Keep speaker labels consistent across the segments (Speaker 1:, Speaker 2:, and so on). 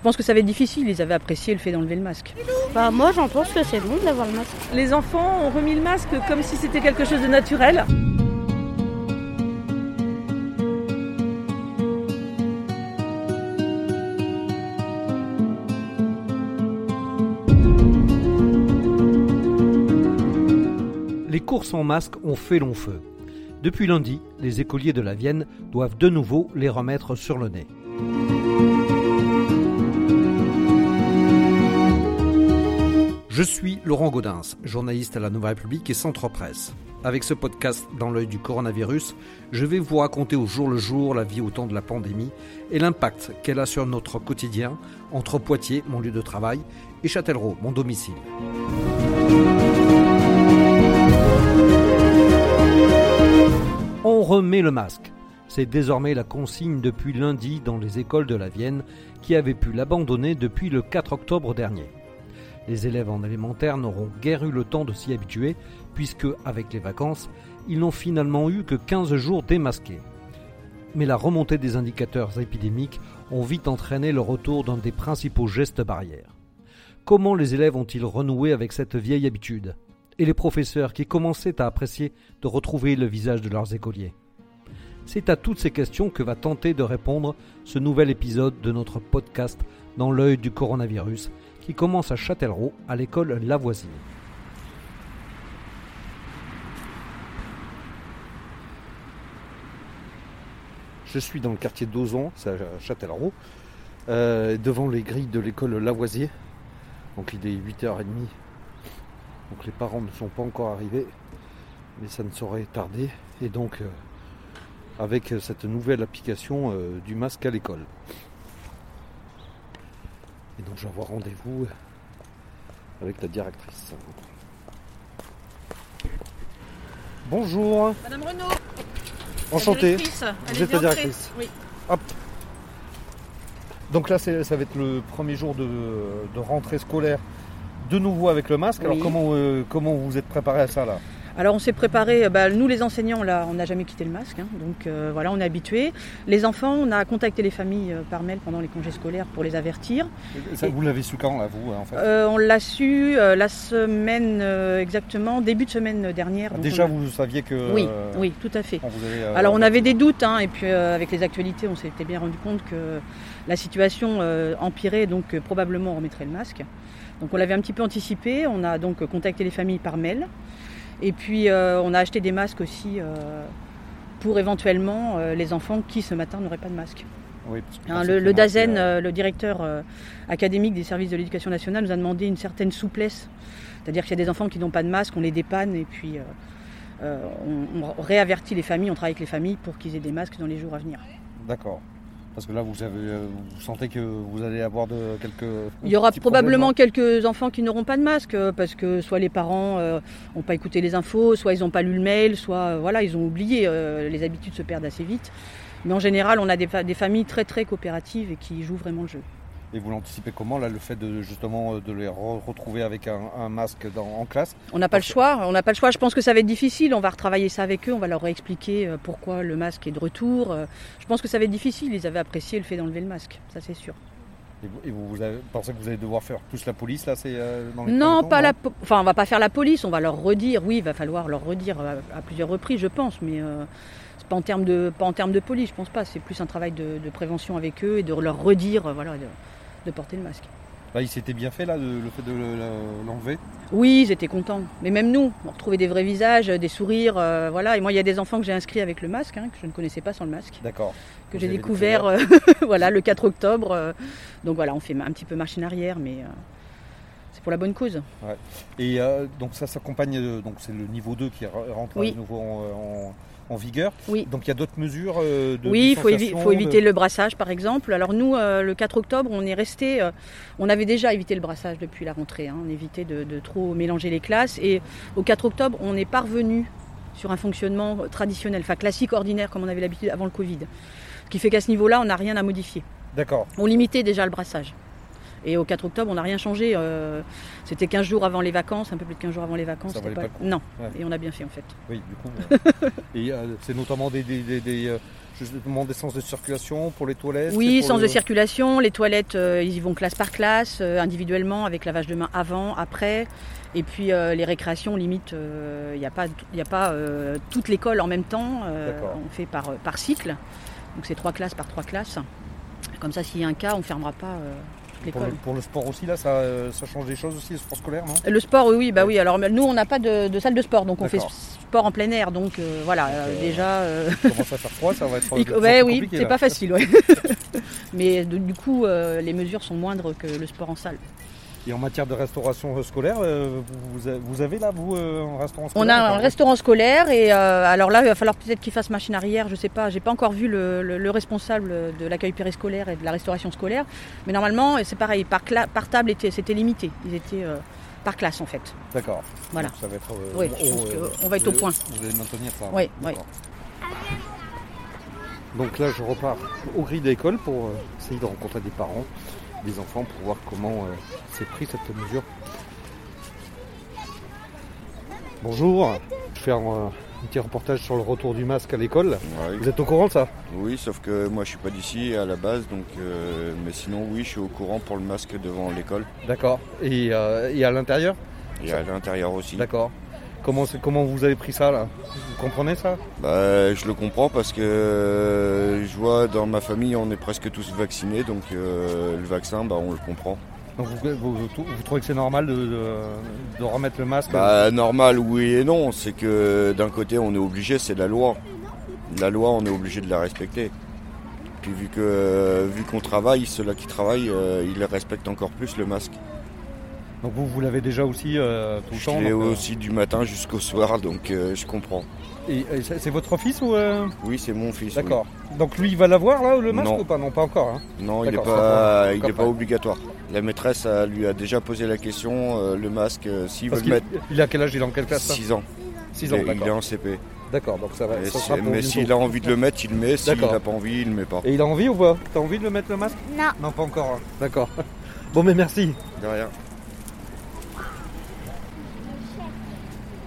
Speaker 1: Je pense que ça va être difficile, ils avaient apprécié le fait d'enlever le masque.
Speaker 2: Bah moi j'en pense que c'est bon d'avoir le masque.
Speaker 3: Les enfants ont remis le masque comme si c'était quelque chose de naturel.
Speaker 4: Les courses en masque ont fait long feu. Depuis lundi, les écoliers de la Vienne doivent de nouveau les remettre sur le nez. Je suis Laurent Gaudens, journaliste à la Nouvelle République et Centre Presse. Avec ce podcast dans l'œil du coronavirus, je vais vous raconter au jour le jour la vie au temps de la pandémie et l'impact qu'elle a sur notre quotidien entre Poitiers, mon lieu de travail, et Châtellerault, mon domicile. On remet le masque. C'est désormais la consigne depuis lundi dans les écoles de la Vienne qui avaient pu l'abandonner depuis le 4 octobre dernier. Les élèves en élémentaire n'auront guère eu le temps de s'y habituer, puisque, avec les vacances, ils n'ont finalement eu que 15 jours démasqués. Mais la remontée des indicateurs épidémiques ont vite entraîné le retour d'un des principaux gestes barrières. Comment les élèves ont-ils renoué avec cette vieille habitude Et les professeurs qui commençaient à apprécier de retrouver le visage de leurs écoliers C'est à toutes ces questions que va tenter de répondre ce nouvel épisode de notre podcast Dans l'œil du coronavirus qui commence à Châtellerault, à l'école Lavoisier. Je suis dans le quartier d'Ozon, c'est à Châtellerault, euh, devant les grilles de l'école Lavoisier. Donc il est 8h30. Donc les parents ne sont pas encore arrivés, mais ça ne saurait tarder. Et donc euh, avec euh, cette nouvelle application euh, du masque à l'école. Et donc je vais avoir rendez-vous euh, avec la directrice. Bonjour,
Speaker 3: Madame Renaud,
Speaker 4: enchanté.
Speaker 3: directrice, elle
Speaker 4: Vous
Speaker 3: est
Speaker 4: êtes la
Speaker 3: bien
Speaker 4: directrice.
Speaker 3: entrée. Oui.
Speaker 4: Donc là, c'est- ça va être le premier jour de, euh, de rentrée scolaire, de nouveau avec le masque. Alors
Speaker 1: Oui.
Speaker 4: comment, euh, comment vous êtes préparé à ça là
Speaker 1: Alors on s'est préparé, euh, bah, nous les enseignants, là, on n'a jamais quitté le masque, hein, donc euh, voilà, on est habitués. Les enfants, on a contacté les familles euh, par mail pendant les congés scolaires pour les avertir.
Speaker 4: Ça, Vous l'avez su quand là, vous hein, en fait
Speaker 1: Euh, on l'a su euh, la semaine euh, exactement, début de semaine dernière. donc
Speaker 4: Ah, Déjà,
Speaker 1: on a-
Speaker 4: vous saviez que.
Speaker 1: Oui,
Speaker 4: euh,
Speaker 1: oui, tout à fait.
Speaker 4: quand vous avez, euh,
Speaker 1: Alors on avait des doutes, hein, et puis euh, avec les actualités, on s'était bien rendu compte que la situation euh, empirait, donc euh, probablement on remettrait le masque. Donc on l'avait un petit peu anticipé, on a donc euh, contacté les familles par mail, et puis euh, on a acheté des masques aussi euh, pour éventuellement euh, les enfants qui ce matin n'auraient pas de masque.
Speaker 4: oui, parce que
Speaker 1: Hein,
Speaker 4: pensez
Speaker 1: le,
Speaker 4: que
Speaker 1: le
Speaker 4: masque,
Speaker 1: DAZEN,
Speaker 4: euh,
Speaker 1: euh, le directeur euh, académique des services de l'éducation nationale, nous a demandé une certaine souplesse. C'est-à-dire qu'il y a des enfants qui n'ont pas de masque, on les dépanne et puis euh, euh, on, on réavertit les familles, on travaille avec les familles pour qu'ils aient des masques dans les jours à venir.
Speaker 4: D'accord. Parce que là, vous, avez, euh, vous sentez que vous allez avoir de, quelques.
Speaker 1: Il y aura
Speaker 4: petits problèmes,
Speaker 1: probablement
Speaker 4: là
Speaker 1: quelques enfants qui n'auront pas de masque euh, parce que soit les parents n'ont pas écouté les infos, soit ils n'ont pas lu le mail, soit euh, voilà, ils ont oublié, euh, les habitudes se perdent assez vite. Mais en général, on a des, fa- des familles très très coopératives et qui jouent vraiment le jeu.
Speaker 4: hein. Et vous l'anticipez comment là, le fait de justement euh, de les re- retrouver avec un, un masque dans- en classe
Speaker 1: On n'a pas le
Speaker 4: Parce-
Speaker 1: choix, on n'a pas le choix. Je pense que ça va être difficile. On va retravailler ça avec eux, on va leur expliquer euh, pourquoi le masque est de retour. Euh, Je pense que ça va être difficile. Ils avaient apprécié le fait d'enlever le masque, ça c'est sûr.
Speaker 4: Et vous, et vous- vous avez- pensez que vous allez devoir faire plus la police là c'est, euh, dans les
Speaker 1: Non,
Speaker 4: premiers temps,
Speaker 1: pas la. po- Enfin, on va pas faire la police. On va leur redire. Oui, il va falloir leur redire à, à plusieurs reprises, je pense. Mais euh, c'est pas en termes de pas en termes de police, je pense pas. C'est plus un travail de, de prévention avec eux et de leur redire, euh, voilà, de- de porter le masque.
Speaker 4: Là, Bah, il s'était bien fait là, de- le fait de le- le- l'enlever.
Speaker 1: Oui, ils étaient contents. Mais même nous, on retrouvait des vrais visages, des sourires, euh, voilà. Et moi, il y a des enfants que j'ai inscrits avec le masque, hein, que je ne connaissais pas sans le masque.
Speaker 4: D'accord.
Speaker 1: que
Speaker 4: Vous
Speaker 1: j'ai
Speaker 4: avez
Speaker 1: découvert euh, voilà, le 4 octobre. euh. donc voilà, on fait un petit peu marche en arrière, mais euh, c'est pour la bonne cause.
Speaker 4: Et euh, donc ça s'accompagne, euh, donc c'est le niveau 2 qui re- rentre
Speaker 1: Oui.
Speaker 4: à nouveau
Speaker 5: euh,
Speaker 4: en, en- en vigueur.
Speaker 1: Oui.
Speaker 4: Donc il y a d'autres mesures euh, de
Speaker 1: oui, il faut, évi-
Speaker 4: distanciation,
Speaker 1: faut
Speaker 4: de-
Speaker 1: éviter le brassage, par exemple. Alors nous, euh, le 4 octobre, on est resté, euh, on avait déjà évité le brassage depuis la rentrée. hein. on évitait de, de trop mélanger les classes. Et au 4 octobre, on est parvenu sur un fonctionnement traditionnel, enfin classique, ordinaire, comme on avait l'habitude avant le Covid. Ce qui fait qu'à ce niveau-là, on n'a rien à modifier.
Speaker 4: D'accord.
Speaker 1: On limitait déjà le brassage. Et au 4 octobre, on n'a rien changé. euh, C'était 15 jours avant les vacances, un peu plus de 15 jours avant les vacances.
Speaker 4: Ça
Speaker 1: c'était
Speaker 4: valait pas
Speaker 1: Non,
Speaker 4: Ouais.
Speaker 1: et on a bien fait en fait.
Speaker 4: Oui, du coup. euh, et euh, c'est notamment des, des- des- des, euh,
Speaker 5: Je demande des sens de circulation pour les toilettes.
Speaker 1: Oui,
Speaker 5: pour
Speaker 1: sens
Speaker 5: le-
Speaker 1: de circulation, les toilettes, euh, ils y vont classe par classe, euh, individuellement, avec lavage de main avant, après. Et puis euh, les récréations, limite, euh, il n'y a pas, il y a pas euh, toute l'école en même temps. euh,
Speaker 5: D'accord.
Speaker 1: on fait par, euh, par cycle. Donc c'est trois classes par trois classes. Comme ça, s'il y a un cas, on ne fermera pas euh, toute
Speaker 5: Pour le,
Speaker 1: l'école.
Speaker 5: pour le sport aussi, là, ça, euh, ça change des choses aussi, le sport scolaire, non
Speaker 1: Le sport, oui, oui, bah oui. Alors nous, on n'a pas de, de salle de sport, donc on fait
Speaker 5: D'accord.
Speaker 1: sport en plein air. Donc euh, voilà, euh,
Speaker 5: euh,
Speaker 1: déjà. euh,
Speaker 5: Il commence à faire froid, ça va être.
Speaker 1: Et-
Speaker 5: ça va être
Speaker 1: ouais,
Speaker 5: plus
Speaker 1: oui,
Speaker 5: compliqué,
Speaker 1: c'est
Speaker 5: là.
Speaker 1: pas facile, ouais. Mais de- du coup, euh, les mesures sont moindres que le sport en salle.
Speaker 5: Et en matière de restauration euh, scolaire, euh, vous, vous a- vous avez là, vous, euh, un restaurant
Speaker 1: On
Speaker 5: scolaire
Speaker 1: a un
Speaker 5: enfin,
Speaker 1: restaurant scolaire et euh, alors là, il va falloir peut-être qu'ils fassent machine arrière. Je sais pas, j'ai pas encore vu le, le- le responsable de l'accueil périscolaire et de la restauration scolaire. Mais normalement, c'est pareil, par, cla- par table, était- c'était limité. Ils étaient euh, par classe en fait.
Speaker 5: D'accord.
Speaker 1: Voilà.
Speaker 5: Donc, ça va être. euh,
Speaker 1: Oui,
Speaker 5: en
Speaker 1: je
Speaker 5: haut,
Speaker 1: pense que
Speaker 5: euh,
Speaker 1: on va être au
Speaker 5: vous
Speaker 1: point.
Speaker 5: allez- Vous allez maintenir ça.
Speaker 1: Oui, oui.
Speaker 5: d'accord. Donc là, je repars au gris d'école pour euh, essayer de rencontrer des parents, des enfants, pour voir comment euh, s'est pris cette mesure. Bonjour, je fais un, euh, un petit reportage sur le retour du masque à l'école.
Speaker 6: Ouais.
Speaker 5: Vous êtes au courant de ça
Speaker 6: Oui, sauf que moi je suis pas d'ici à la base, donc euh, mais sinon oui, je suis au courant pour le masque devant l'école
Speaker 5: D'accord. Et, euh, et à l'intérieur
Speaker 6: et à l'intérieur aussi.
Speaker 5: D'accord. Comment, c'est- comment vous avez pris ça là Vous comprenez ça
Speaker 6: Bah, je le comprends parce que euh, je vois dans ma famille on est presque tous vaccinés, donc euh, le vaccin, bah on le comprend.
Speaker 5: Donc vous, vous- vous- vous trouvez que c'est normal de, de- de remettre le masque
Speaker 6: Bah normal, oui et non, c'est que d'un côté on est obligé, c'est la loi. La loi, on est obligé de la respecter. Puis vu que vu qu'on travaille, ceux-là qui travaillent, euh, ils respectent encore plus le masque.
Speaker 5: Donc vous, vous l'avez déjà aussi euh, tout le
Speaker 6: Je
Speaker 5: temps.
Speaker 6: l'ai
Speaker 5: donc, euh,
Speaker 6: aussi du matin jusqu'au soir, donc euh, je comprends.
Speaker 5: Et, et c'est c'est votre fils ou euh,
Speaker 6: Oui, c'est mon fils. oui.
Speaker 5: D'accord. Donc lui, il va l'avoir là le masque
Speaker 6: Non.
Speaker 5: ou pas Non, pas encore. hein.
Speaker 6: Non, il n'est
Speaker 5: D'accord,
Speaker 6: pas,
Speaker 5: ça,
Speaker 6: il
Speaker 5: ça,
Speaker 6: est pas
Speaker 5: ça.
Speaker 6: obligatoire. La maîtresse a- lui a déjà posé la question, euh, le masque, euh, s'il veut
Speaker 5: Parce
Speaker 6: le
Speaker 5: qu'il
Speaker 6: mettre,
Speaker 5: il a quel âge Il est en quelle classe là
Speaker 6: 6 ans.
Speaker 5: 6
Speaker 6: Il
Speaker 5: ans,
Speaker 6: est- il est
Speaker 5: d'accord.
Speaker 6: en CP.
Speaker 5: D'accord, donc ça va.
Speaker 6: Mais
Speaker 5: ça
Speaker 6: si-
Speaker 5: sera pour
Speaker 6: mais
Speaker 5: bientôt.
Speaker 6: s'il a envie de le mettre, il le met. S'il
Speaker 5: D'accord.
Speaker 6: n'a pas envie, il ne le met pas.
Speaker 5: Et il a envie ou pas T'as envie de le mettre le masque
Speaker 2: Non.
Speaker 5: Non, pas encore. hein. D'accord. Bon, mais merci.
Speaker 6: De rien.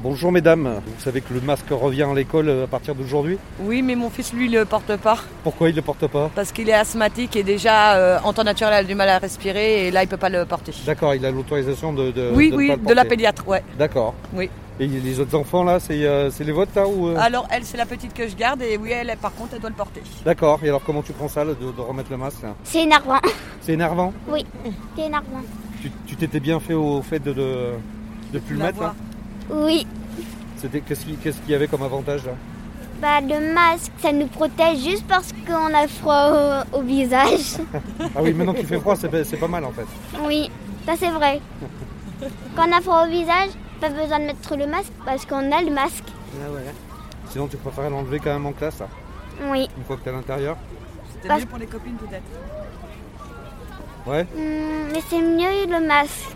Speaker 5: Bonjour mesdames. Vous savez que le masque revient à l'école euh, à partir d'aujourd'hui
Speaker 7: Oui, mais mon fils, lui, le porte pas
Speaker 5: Pourquoi il ne le porte pas
Speaker 7: parce qu'il est asthmatique et déjà, euh, en temps naturel, il a du mal à respirer et là, il peut pas le porter.
Speaker 5: D'accord, il a l'autorisation de, de-
Speaker 7: oui,
Speaker 5: de ne
Speaker 7: oui,
Speaker 5: pas le
Speaker 7: de la
Speaker 5: porter.
Speaker 7: pédiatre, ouais.
Speaker 5: D'accord.
Speaker 7: Oui. Ah.
Speaker 5: Et les autres enfants là, c'est euh, c'est les vôtres là ou euh,
Speaker 7: Alors, elle, c'est la petite que je garde et oui, elle, par contre, elle doit le porter.
Speaker 5: D'accord. Et alors comment tu prends ça là, de, de remettre le masque là
Speaker 2: C'est énervant.
Speaker 5: C'est énervant.
Speaker 2: C'est énervant.
Speaker 5: Tu tu t'étais bien fait au fait de de, de plus le mettre.
Speaker 7: L'avoir.
Speaker 5: là
Speaker 2: Oui.
Speaker 5: C'était qu'est-ce qui- qu'est-ce qu'il y avait comme avantage là
Speaker 2: Bah, le masque, ça nous protège juste parce qu'on a froid au, au visage.
Speaker 5: Ah oui, maintenant qu'il fait froid, c'est pas- c'est pas mal en fait.
Speaker 2: Oui, ça c'est vrai. Quand on a froid au visage, pas besoin de mettre le masque parce qu'on a le masque.
Speaker 5: Sinon, tu préférais l'enlever quand même en classe là,
Speaker 2: Oui.
Speaker 5: une fois que t'es à l'intérieur.
Speaker 7: C'était
Speaker 2: Parce-
Speaker 7: mieux pour les copines, peut-être.
Speaker 5: Ouais.
Speaker 2: Hum, mais c'est mieux le masque.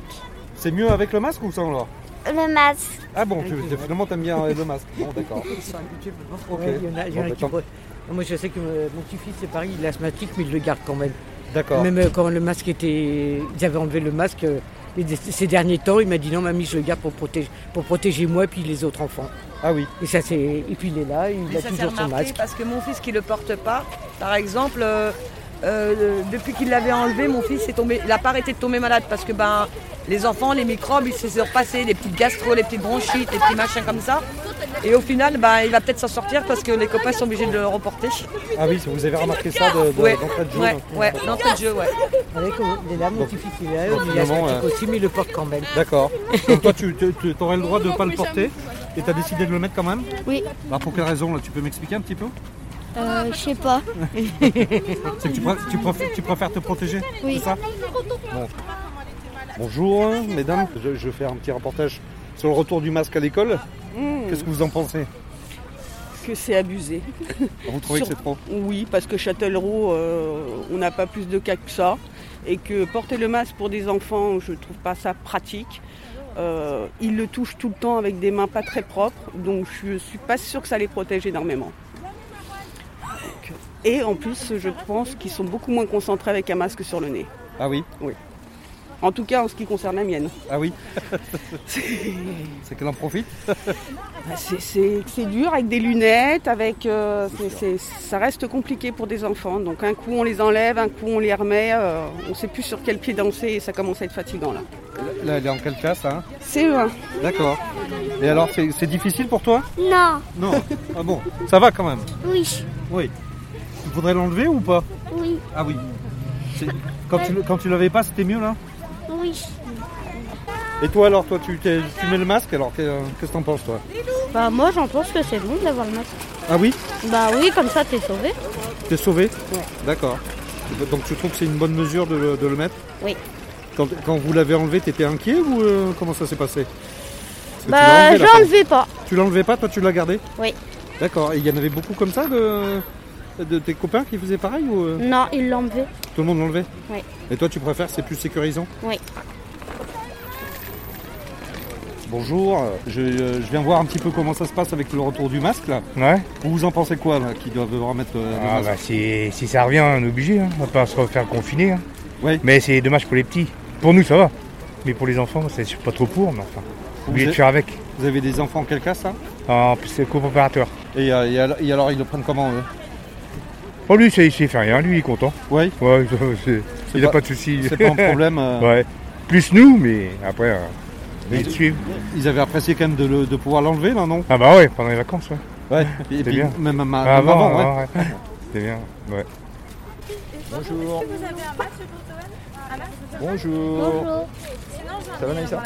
Speaker 5: C'est mieux avec le masque ou sans alors
Speaker 2: Le masque.
Speaker 5: Ah bon, tu, finalement t'aimes bien euh, le masque. Bon, d'accord.
Speaker 8: Ils sont habitués, mais bon.
Speaker 5: Ok.
Speaker 8: Ouais, il y en a, il y en a
Speaker 5: Bon,
Speaker 8: qui
Speaker 5: bah, tant-
Speaker 8: pre- Moi, je sais que euh, mon petit-fils, c'est pareil, il est asthmatique, mais il le garde quand même.
Speaker 5: D'accord.
Speaker 8: Même euh, quand le masque était. Ils avaient enlevé le masque euh, et des- ces derniers temps, il m'a dit non, mamie, je le garde pour protéger, pour protéger moi et puis les autres enfants.
Speaker 5: Ah oui.
Speaker 8: Et, ça, c'est... et puis il est là, il
Speaker 7: Mais
Speaker 8: a
Speaker 7: ça s'est
Speaker 8: toujours son
Speaker 7: remarqué
Speaker 8: masque.
Speaker 7: parce que mon fils qui le porte pas, par exemple, euh, euh, depuis qu'il l'avait enlevé, mon fils est tombé, il n'a pas arrêté de tomber malade parce que ben, les enfants, les microbes, ils se sont repassés, les petites gastro, les petites bronchites, les petits machins comme ça. Et au final, ben, il va peut-être s'en sortir parce que les copains sont obligés de le reporter.
Speaker 5: Ah oui, vous avez remarqué ça de, de,
Speaker 7: Ouais,
Speaker 5: d'entrée de jeu,
Speaker 7: ouais,
Speaker 5: donc,
Speaker 7: ouais,
Speaker 5: d'accord.
Speaker 7: l'entrée de jeu, ouais.
Speaker 8: Vous voyez comment il est là, mon
Speaker 5: Donc-
Speaker 8: petit-fils, il est là,
Speaker 5: donc, euh,
Speaker 8: il est
Speaker 5: finalement,
Speaker 8: asthmatique aussi, mais il le porte quand même.
Speaker 5: D'accord. Donc toi, tu aurais le droit de ne pas le porter et tu as décidé de le mettre quand même
Speaker 2: Oui.
Speaker 5: Bah, pour quelle raison là Tu peux m'expliquer un petit peu
Speaker 2: Euh, je sais pas.
Speaker 5: C'est que tu, pré- tu préfères, tu préfères te protéger
Speaker 2: Oui.
Speaker 5: C'est ça Bon. Bonjour, mesdames. Je, je vais faire un petit reportage sur le retour du masque à l'école. Qu'est-ce que vous en pensez
Speaker 9: que c'est abusé.
Speaker 5: Vous trouvez que c'est trop
Speaker 9: Oui, parce que Châtellerault, euh, on n'a pas plus de cas que ça. Et que porter le masque pour des enfants, je ne trouve pas ça pratique. Euh, ils le touchent tout le temps avec des mains pas très propres, donc je ne suis pas sûre que ça les protège énormément. Donc, Et en plus, je pense qu'ils sont beaucoup moins concentrés avec un masque sur le nez.
Speaker 5: Ah oui
Speaker 9: Oui. En tout cas, en ce qui concerne la mienne.
Speaker 5: Ah oui C'est qu'elle en profite
Speaker 9: Bah, c'est- C'est c'est dur avec des lunettes, avec euh, c'est- c'est- ça reste compliqué pour des enfants. Donc un coup on les enlève, un coup on les remet, euh, on ne sait plus sur quel pied danser et ça commence à être fatigant là.
Speaker 5: Là, elle est en quelle classe hein
Speaker 9: CE1,
Speaker 5: D'accord. Et alors, c'est c'est difficile pour toi
Speaker 2: Non,
Speaker 5: Non. Ah bon Ça va quand même
Speaker 2: oui,
Speaker 5: Oui. Il faudrait l'enlever ou pas
Speaker 2: oui,
Speaker 5: Ah oui. C'est- Quand tu, le- quand tu l'avais pas, c'était mieux là
Speaker 2: oui.
Speaker 5: Et toi alors, toi, tu, t'es- tu mets le masque alors qu'est- euh, Qu'est-ce que t'en penses toi
Speaker 10: Bah moi j'en pense que c'est bon d'avoir le masque.
Speaker 5: Ah oui
Speaker 10: Bah oui, comme ça t'es sauvé.
Speaker 5: T'es sauvé D'accord. Donc tu trouves que c'est une bonne mesure de le, de le mettre
Speaker 10: Oui.
Speaker 5: Quand, quand vous l'avez enlevé, t'étais inquiet ou euh, comment ça s'est passé Parce que tu l'as
Speaker 10: Bah
Speaker 5: enlevé, là,
Speaker 10: j'en fais pas.
Speaker 5: Tu l'enlevais pas, toi tu l'as gardé
Speaker 10: Oui.
Speaker 5: D'accord, et il y en avait beaucoup comme ça de, de tes copains qui faisaient pareil ou euh,
Speaker 10: Non, il l'enlevé.
Speaker 5: tout le monde l'enlevait
Speaker 10: Oui.
Speaker 5: Et toi tu préfères, c'est plus sécurisant
Speaker 10: Oui.
Speaker 5: Bonjour, je, euh, je viens voir un petit peu comment ça se passe avec le retour du masque là.
Speaker 11: Ouais,
Speaker 5: Vous en pensez quoi là, qui doivent remettre euh, le
Speaker 11: ah,
Speaker 5: masque
Speaker 11: bah, si, si ça revient, on est obligé, hein. on va pas se refaire confiner. hein.
Speaker 5: Ouais.
Speaker 11: Mais c'est dommage pour les petits. Pour nous, ça va. Mais pour les enfants, c'est pas trop pour, mais enfin,
Speaker 5: Vous
Speaker 11: obligé de
Speaker 5: êtes-
Speaker 11: faire avec.
Speaker 5: Vous avez des enfants en quel cas ça
Speaker 11: En plus, c'est copréparateur.
Speaker 5: et, euh, et alors- et alors ils le prennent comment eux
Speaker 11: Oh, lui, ça, il sait faire rien, lui, il est content.
Speaker 5: Oui,
Speaker 11: Ouais, ça, c'est-
Speaker 5: c'est
Speaker 11: il a
Speaker 5: pas,
Speaker 11: pas de soucis.
Speaker 5: c'est pas un problème. euh,
Speaker 11: ouais. Plus nous, mais après, euh,
Speaker 5: Mais
Speaker 11: ils
Speaker 5: tu-
Speaker 11: suivent.
Speaker 5: Ils avaient apprécié quand même de, le- de pouvoir l'enlever là, non
Speaker 11: Ah, bah ouais, pendant les vacances, ouais.
Speaker 5: Ouais, et puis
Speaker 11: bien.
Speaker 5: même, ma-
Speaker 11: Ah,
Speaker 5: même avant, ouais.
Speaker 11: avant, ouais. C'est bien, ouais.
Speaker 12: Bonjour. Bonjour.
Speaker 2: Bonjour.
Speaker 12: Ça va Maïssa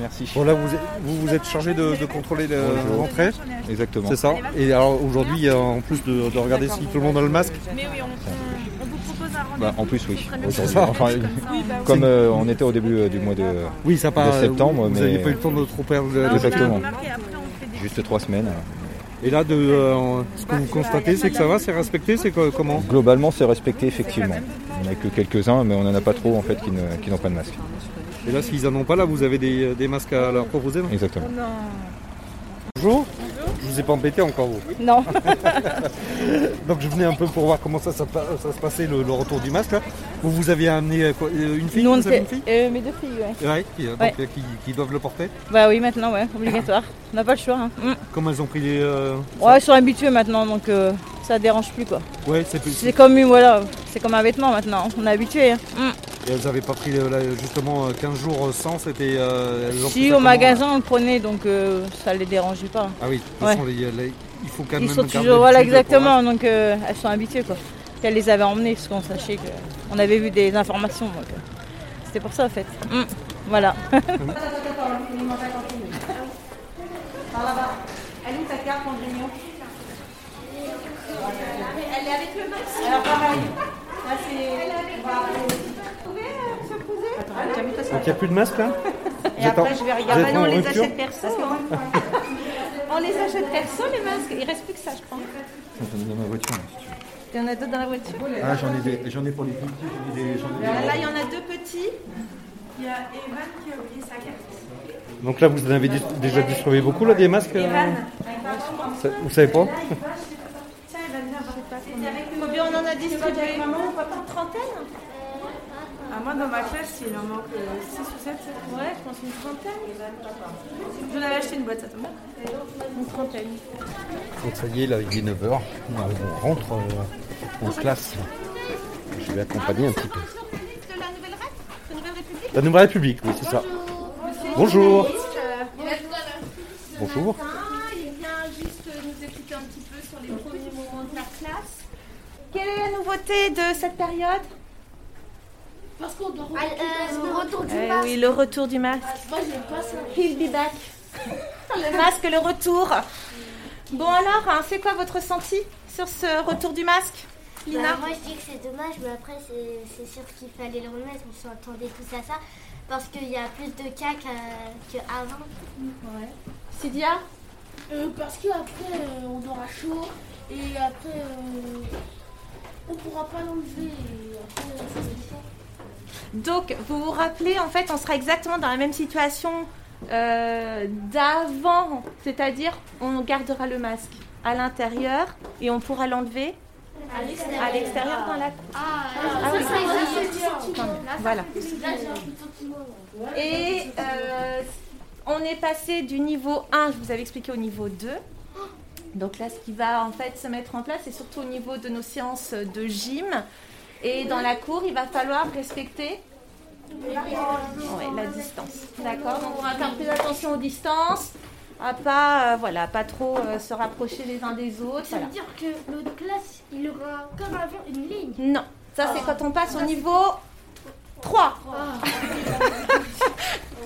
Speaker 12: Merci.
Speaker 5: Bon là vous êtes- vous, vous êtes chargé de, de contrôler le-
Speaker 12: Bonjour.
Speaker 5: l'entrée,
Speaker 12: Exactement.
Speaker 5: c'est ça Et alors aujourd'hui euh, en plus de, de regarder si tout le monde a le masque,
Speaker 12: Bah, en plus oui. Aujourd'hui.
Speaker 5: ça.
Speaker 12: Enfin, comme euh, on était au début euh, du mois de
Speaker 5: oui ça part. euh,
Speaker 12: De septembre,
Speaker 5: vous
Speaker 12: mais-
Speaker 5: n'avez pas eu le temps de trop perdre. le-
Speaker 12: Exactement. juste trois semaines.
Speaker 5: Et là de euh, ce que vous constatez c'est que ça va, c'est respecté, c'est quoi- comment
Speaker 12: Globalement c'est respecté effectivement. Il n'y en a que quelques-uns mais on n'en a pas trop en fait qui ne- qui n'ont pas de masque.
Speaker 5: Et là s'ils en ont pas là vous avez des, des masques à leur proposer non
Speaker 12: Exactement.
Speaker 5: Bonjour. Je vous ai pas embêté encore vous.
Speaker 10: Non.
Speaker 5: Donc je venais un peu pour voir comment ça, ça, pa- ça se passait le, le retour du masque là. Vous vous aviez amené euh, quoi, euh, une fille
Speaker 10: Nous, on
Speaker 5: vous avez
Speaker 10: était-
Speaker 5: une fille
Speaker 10: Euh, mes deux filles, ouais.
Speaker 5: Ouais, qui, euh, donc,
Speaker 10: Ouais.
Speaker 5: euh, qui- qui doivent le porter.
Speaker 10: Bah oui, maintenant, ouais, obligatoire. On n'a pas le choix. Hein. Mm.
Speaker 5: Comment elles ont pris les. euh,
Speaker 10: Ouais, ils sont habitués maintenant, donc euh, ça dérange plus quoi.
Speaker 5: Ouais, c'est plus.
Speaker 10: C'est comme une- voilà, c'est comme un vêtement maintenant. On est habitué. hein. Mm.
Speaker 5: Et elles n'avaient pas pris euh, là, justement euh, 15 jours euh, sans, c'était. euh, elles ont pris
Speaker 10: Si
Speaker 5: ça
Speaker 10: au
Speaker 5: comment,
Speaker 10: magasin on le prenait, donc euh, ça les dérangeait pas.
Speaker 5: Ah oui, de toute façon, les- les- il faut quand même.
Speaker 10: Ils sont
Speaker 5: garder
Speaker 10: toujours, voilà
Speaker 5: l'habitude pour
Speaker 10: exactement, donc euh, elles sont habituées quoi. Puis Elles les avaient emmenées parce qu'on sachait qu'on avait vu des informations, donc euh, c'était pour ça en fait. Mm. Voilà.
Speaker 5: la- Donc il n'y a plus de masque là
Speaker 3: Et après, je vais
Speaker 5: vous
Speaker 3: regarder.
Speaker 5: êtes
Speaker 3: Ah non,
Speaker 5: en
Speaker 3: on les
Speaker 5: rupture
Speaker 3: achète perso. hein. on les achète perso, les masques. Il reste plus que ça, je pense.
Speaker 5: hein,
Speaker 3: Il y en a deux dans la voiture.
Speaker 12: Ah j'en ai, des- j'en ai pour les petits, j'en ai des- j'en ai des-
Speaker 3: Là, il y en a deux petits. Il y a Evan qui a oublié sa carte.
Speaker 5: Donc là, vous en avez dis- déjà distribué beaucoup là, des masques euh,
Speaker 3: Evan, avec ma maman.
Speaker 5: ça- Vous savez pas
Speaker 3: Tiens, Evan, viens voir. C'était avec nous. Combien on en a distribué Maman, on va pas une trentaine hein. ah, moi, dans ma classe, il en manque 6 ou 7. Ouais, je pense une trentaine. Je l'avais acheté une boîte, ça tombe bien. Une trentaine.
Speaker 5: Donc ça y est, là, il est 9h. On rentre
Speaker 4: euh,
Speaker 5: en classe. Je vais accompagner un petit peu. La Nouvelle République La Nouvelle République, oui, c'est ça. Bonjour.
Speaker 3: euh,
Speaker 5: Bonjour.
Speaker 13: Il vient juste nous expliquer un petit peu sur les premiers moments de la classe.
Speaker 3: Quelle est la nouveauté de cette période
Speaker 13: Parce qu'on doit retourner
Speaker 2: Euh,
Speaker 13: le retour du
Speaker 3: Eh
Speaker 13: masque.
Speaker 3: oui, le retour du masque.
Speaker 13: Moi, j'aime pas ça.
Speaker 3: He'll be back. Le masque, le retour. Bon alors, hein, c'est quoi votre ressenti sur ce retour du masque, Lina
Speaker 2: Bah, moi je dis que c'est dommage, mais après c'est c'est sûr qu'il fallait le remettre, on s'entendait tous à ça, parce qu'il y a plus de cas qu'à- qu'avant.
Speaker 3: Cydia
Speaker 13: Euh, parce qu'après, on aura chaud. Et après, euh, on pourra pas l'enlever. Et après, euh, c'est chaud.
Speaker 3: Donc, vous vous rappelez, en fait, on sera exactement dans la même situation euh, d'avant. C'est-à-dire, on gardera le masque à l'intérieur et on pourra l'enlever À l'extérieur, dans la cour.
Speaker 13: Ah,
Speaker 3: Ah oui. Voilà. Et
Speaker 13: Et
Speaker 3: euh, on est passé du niveau 1, je vous avais expliqué, au niveau 2. Donc là, ce qui va en fait se mettre en place, c'est surtout au niveau de nos séances de gym. Et dans la cour, il va falloir respecter Ouais, la distance. D'accord Donc on va faire plus attention aux distances, à pas, euh, voilà, pas trop euh, se rapprocher les uns des autres.
Speaker 2: Ça veut
Speaker 3: voilà.
Speaker 2: dire que l'autre classe, il aura comme avant une ligne.
Speaker 3: Non, ça c'est quand on passe au niveau 3.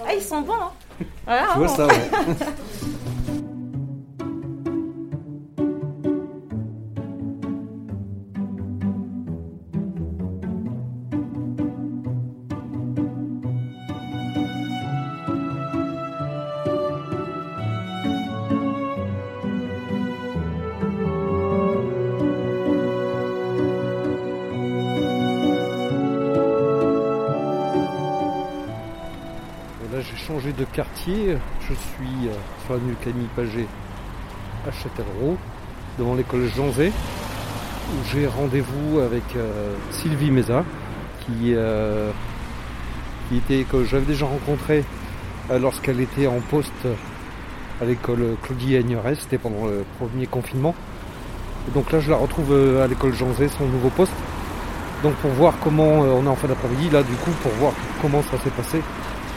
Speaker 3: Ah, ils sont bons, hein Voilà,
Speaker 5: Tu vois
Speaker 3: hein,
Speaker 5: ça,
Speaker 3: on-
Speaker 5: ouais. Et Là, j'ai changé de quartier. Je suis euh, sur l'avenue Camille Paget à Châtellerault, devant l'école Jean Zay, où j'ai rendez-vous avec euh, Sylvie Meza, qui, euh, qui était, que j'avais déjà rencontrée euh, lorsqu'elle était en poste à l'école Claudie Aigneret, c'était pendant le premier confinement. Et donc là, je la retrouve euh, à l'école Jean Zay, son nouveau poste. Donc pour voir comment, euh, on est en fin d'après-midi là du coup, pour voir comment ça s'est passé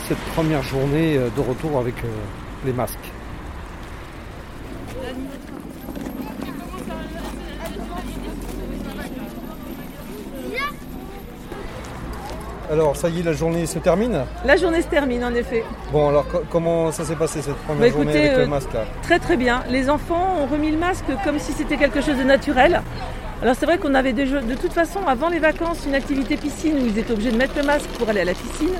Speaker 5: cette première journée euh, de retour avec euh, les masques. Alors ça y est, la journée se termine.
Speaker 14: La journée se termine en effet.
Speaker 5: Bon alors co- comment ça s'est passé cette première
Speaker 14: Bah,
Speaker 5: journée
Speaker 14: écoutez,
Speaker 5: avec
Speaker 14: euh,
Speaker 5: le masque là
Speaker 14: Très très bien. Les enfants ont remis le masque comme si c'était quelque chose de naturel. Alors c'est vrai qu'on avait déjà, de toute façon avant les vacances une activité piscine où ils étaient obligés de mettre le masque pour aller à la piscine,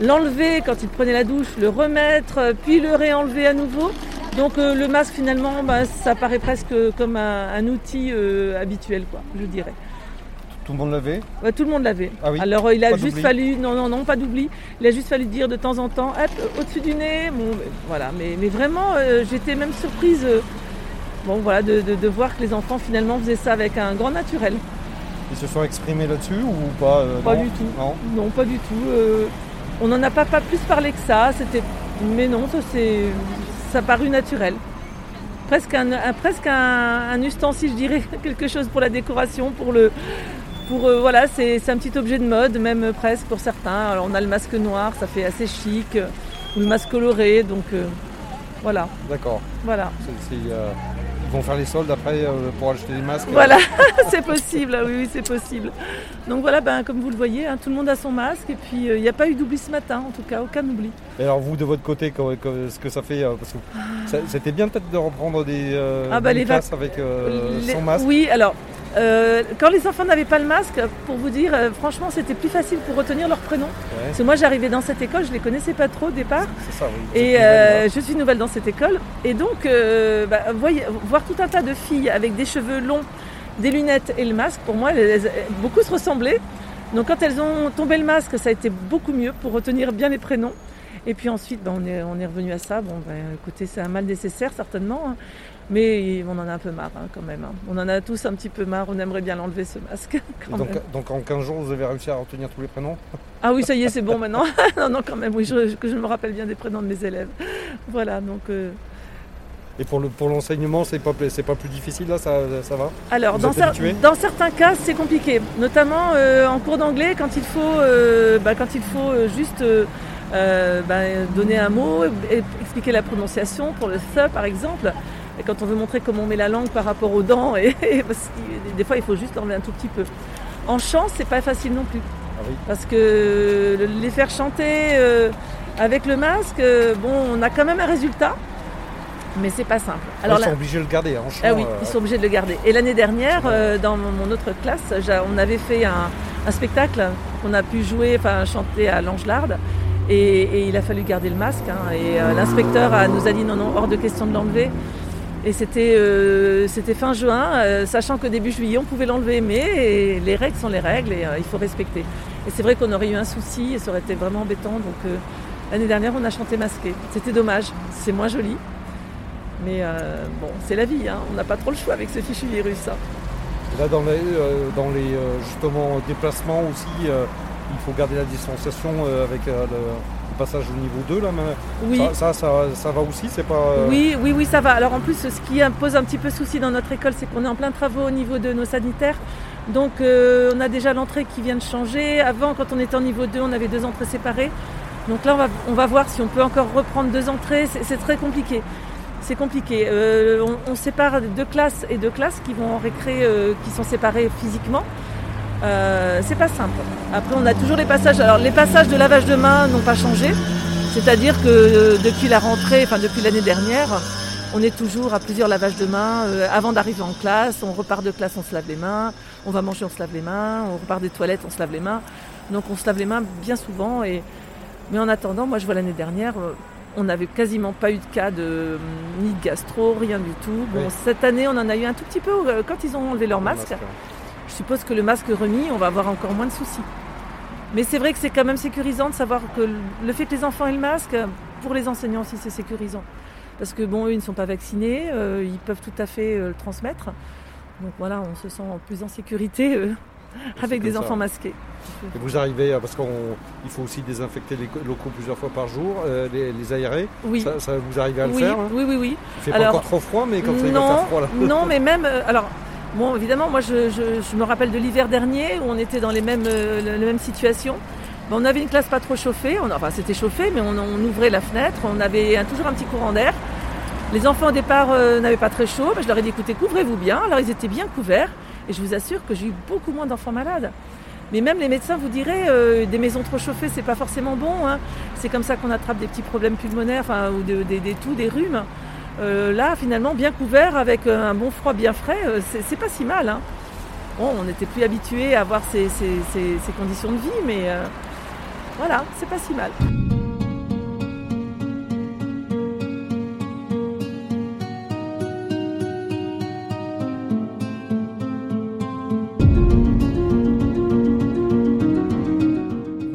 Speaker 14: l'enlever quand ils prenaient la douche, le remettre, euh, puis le réenlever à nouveau. Donc euh, le masque finalement, bah, ça paraît presque comme un, un outil euh, habituel, quoi, je dirais.
Speaker 5: Tout le monde l'avait
Speaker 14: Bah, tout le monde l'avait.
Speaker 5: Ah oui.
Speaker 14: Alors euh, il a
Speaker 5: Pas
Speaker 14: juste
Speaker 5: d'oubli.
Speaker 14: fallu, non non non, pas d'oubli. Il a juste fallu dire de temps en temps, hop, euh, au-dessus du nez. Bon, mais voilà, mais, mais vraiment, euh, j'étais même surprise. euh, bon voilà, de, de- de voir que les enfants finalement faisaient ça avec un grand naturel.
Speaker 5: Ils se sont exprimés là-dessus ou pas euh,
Speaker 14: Pas
Speaker 5: non
Speaker 14: du tout.
Speaker 5: Non.
Speaker 14: Non, pas du tout. euh, on n'en a pas, pas plus parlé que ça. C'était, mais non, ça c'est, ça paru naturel. Presque un, un- presque un, un ustensile, je dirais, quelque chose pour la décoration, pour le, pour euh, voilà, c'est, c'est un petit objet de mode, même euh, presque pour certains. Alors on a le masque noir, ça fait assez chic, euh, ou le masque coloré, donc euh, voilà,
Speaker 5: D'accord.
Speaker 14: voilà.
Speaker 5: C'est- c'est, euh, ils vont faire les soldes après euh, pour acheter des masques.
Speaker 14: Voilà, c'est possible, oui, oui, c'est possible. Donc voilà, ben, comme vous le voyez, hein, tout le monde a son masque et puis euh, il n'y a pas eu d'oubli ce matin, en tout cas, aucun oubli.
Speaker 5: Et alors vous de votre côté, co- co- ce que ça fait euh, Parce que ça- c'était bien peut-être de reprendre des, euh,
Speaker 14: Ah bah,
Speaker 5: des
Speaker 14: les vac-
Speaker 5: classes avec euh,
Speaker 14: Les-
Speaker 5: sans masque.
Speaker 14: Oui, alors, euh, quand les enfants n'avaient pas le masque, pour vous dire, euh, franchement, c'était plus facile pour retenir leur prénom. Parce que moi, j'arrivais dans cette école, je ne les connaissais pas trop au départ.
Speaker 5: C'est hein. ça, oui.
Speaker 14: Et euh, je suis nouvelle dans cette école. Et donc, euh, bah, voyez- voir tout un tas de filles avec des cheveux longs, des lunettes et le masque, pour moi, elles- elles- beaucoup se ressemblaient. Donc, quand elles ont tombé le masque, ça a été beaucoup mieux pour retenir bien les prénoms. Et puis ensuite, bah, on est, on est revenu à ça. Bon, bah, écoutez, c'est un mal nécessaire, certainement. hein. Mais on en a un peu marre, hein, quand même. hein. On en a tous un petit peu marre. On aimerait bien l'enlever, ce masque.
Speaker 5: Et
Speaker 14: quand
Speaker 5: donc, euh,
Speaker 14: même.
Speaker 5: donc en 15 jours, vous avez réussi à retenir tous les prénoms
Speaker 14: Ah oui, ça y est, c'est bon maintenant. non, non, quand même, oui, je, que je me rappelle bien des prénoms de mes élèves. Voilà, donc. euh,
Speaker 5: Et pour le pour l'enseignement, c'est pas pla- c'est pas plus difficile là, ça, ça va
Speaker 14: Alors,
Speaker 5: Vous
Speaker 14: dans,
Speaker 5: êtes
Speaker 14: cer-
Speaker 5: habitués
Speaker 14: dans certains cas, c'est compliqué, notamment euh, en cours d'anglais, quand il faut, euh, bah, quand il faut euh, juste euh, euh, bah, donner un mot, et expliquer la prononciation pour le th par exemple. Et quand on veut montrer comment on met la langue par rapport aux dents, et, et parce que des fois, il faut juste l'enlever un tout petit peu. En chant, c'est pas facile non plus.
Speaker 5: oui.
Speaker 14: Parce que les faire chanter euh, avec le masque, euh, bon, on a quand même un résultat, mais c'est pas simple.
Speaker 5: Ils
Speaker 14: là-
Speaker 5: sont obligés de le garder hein, en chant,
Speaker 14: ah oui,
Speaker 5: euh,
Speaker 14: ils sont obligés de le garder. Et l'année dernière, euh, dans mon mon autre classe, j'a- on avait fait un, un spectacle qu'on a pu jouer, enfin chanter à l'Angelarde. Et, et il a fallu garder le masque. hein. et euh, l'inspecteur a- nous a dit non, non, hors de question de l'enlever. Et c'était euh, c'était fin juin, euh, sachant que début juillet, on pouvait l'enlever. Mais euh, les règles sont les règles et euh, il faut respecter. Et c'est vrai qu'on aurait eu un souci et ça aurait été vraiment embêtant. Donc euh, l'année dernière, on a chanté masqué. C'était dommage. C'est moins joli. Mais euh, bon, c'est la vie, hein. on n'a pas trop le choix avec ce fichu virus. hein.
Speaker 5: Là, dans les, euh, dans les euh, justement déplacements aussi, euh, il faut garder la distanciation euh, avec euh, le, le passage au niveau 2. Là, mais
Speaker 14: Oui.
Speaker 5: ça, ça, ça- ça va aussi, c'est pas. euh,
Speaker 14: Oui, oui, oui, ça va. Alors en plus, ce qui pose un petit peu souci dans notre école, c'est qu'on est en plein travaux au niveau de nos sanitaires. Donc euh, on a déjà l'entrée qui vient de changer. Avant, quand on était en niveau 2, on avait deux entrées séparées. Donc là, on va, on va voir si on peut encore reprendre deux entrées. C'est c'est très compliqué. C'est compliqué. Euh, on, on sépare deux classes et deux classes qui vont en récré, euh, qui sont séparées physiquement. Euh, c'est pas simple. Après, on a toujours les passages. Alors, les passages de lavage de mains n'ont pas changé. C'est-à-dire que euh, depuis la rentrée, enfin depuis l'année dernière, on est toujours à plusieurs lavages de mains. Euh, avant d'arriver en classe, on repart de classe, on se lave les mains. On va manger, on se lave les mains. On repart des toilettes, on se lave les mains. Donc, on se lave les mains bien souvent. Et... Mais en attendant, moi, je vois l'année dernière, euh, on n'avait quasiment pas eu de cas de ni de gastro, rien du tout. Bon,
Speaker 10: Oui.
Speaker 14: cette année, on en a eu un tout petit peu euh, quand ils ont enlevé leur masque.
Speaker 10: masque, ouais.
Speaker 14: Je suppose que le masque remis, on va avoir encore moins de soucis. Mais c'est vrai que c'est quand même sécurisant de savoir que le- le fait que les enfants aient le masque, pour les enseignants aussi, c'est sécurisant. Parce que bon, eux, ils ne sont pas vaccinés, euh, ils peuvent tout à fait euh, le transmettre. Donc voilà, on se sent plus en sécurité euh, avec
Speaker 5: comme
Speaker 14: des
Speaker 5: ça.
Speaker 14: enfants masqués.
Speaker 5: Et vous arrivez, euh, parce qu'il faut aussi désinfecter les co- locaux plusieurs fois par jour, euh, les, les aérer.
Speaker 14: Oui.
Speaker 5: Ça, ça, vous arrivez à le
Speaker 14: oui,
Speaker 5: faire hein
Speaker 14: oui, oui, oui.
Speaker 5: Il fait pas encore trop froid, mais quand ça, il va
Speaker 14: non,
Speaker 5: faire froid, là.
Speaker 14: Non, mais même. euh, Alors, bon, évidemment, moi, je, je- je me rappelle de l'hiver dernier où on était dans les mêmes, euh, la- la même situation. Ben, on avait une classe pas trop chauffée. On, enfin, c'était chauffé, mais on, on ouvrait la fenêtre. On avait un- toujours un petit courant d'air. Les enfants, au départ, euh, n'avaient pas très chaud. Ben, je leur ai dit écoutez, couvrez-vous bien. Alors, ils étaient bien couverts. Et je vous assure que j'ai eu beaucoup moins d'enfants malades. Mais même les médecins vous diraient, euh, des maisons trop chauffées, c'est pas forcément bon. hein. C'est comme ça qu'on attrape des petits problèmes pulmonaires, enfin, ou de- des, des toux, des rhumes. Euh, là, finalement, bien couvert, avec un bon froid bien frais, euh, c'est- c'est pas si mal. hein. Bon, on n'était plus habitué à avoir ces, ces- ces- ces conditions de vie, mais euh, voilà, c'est pas si mal.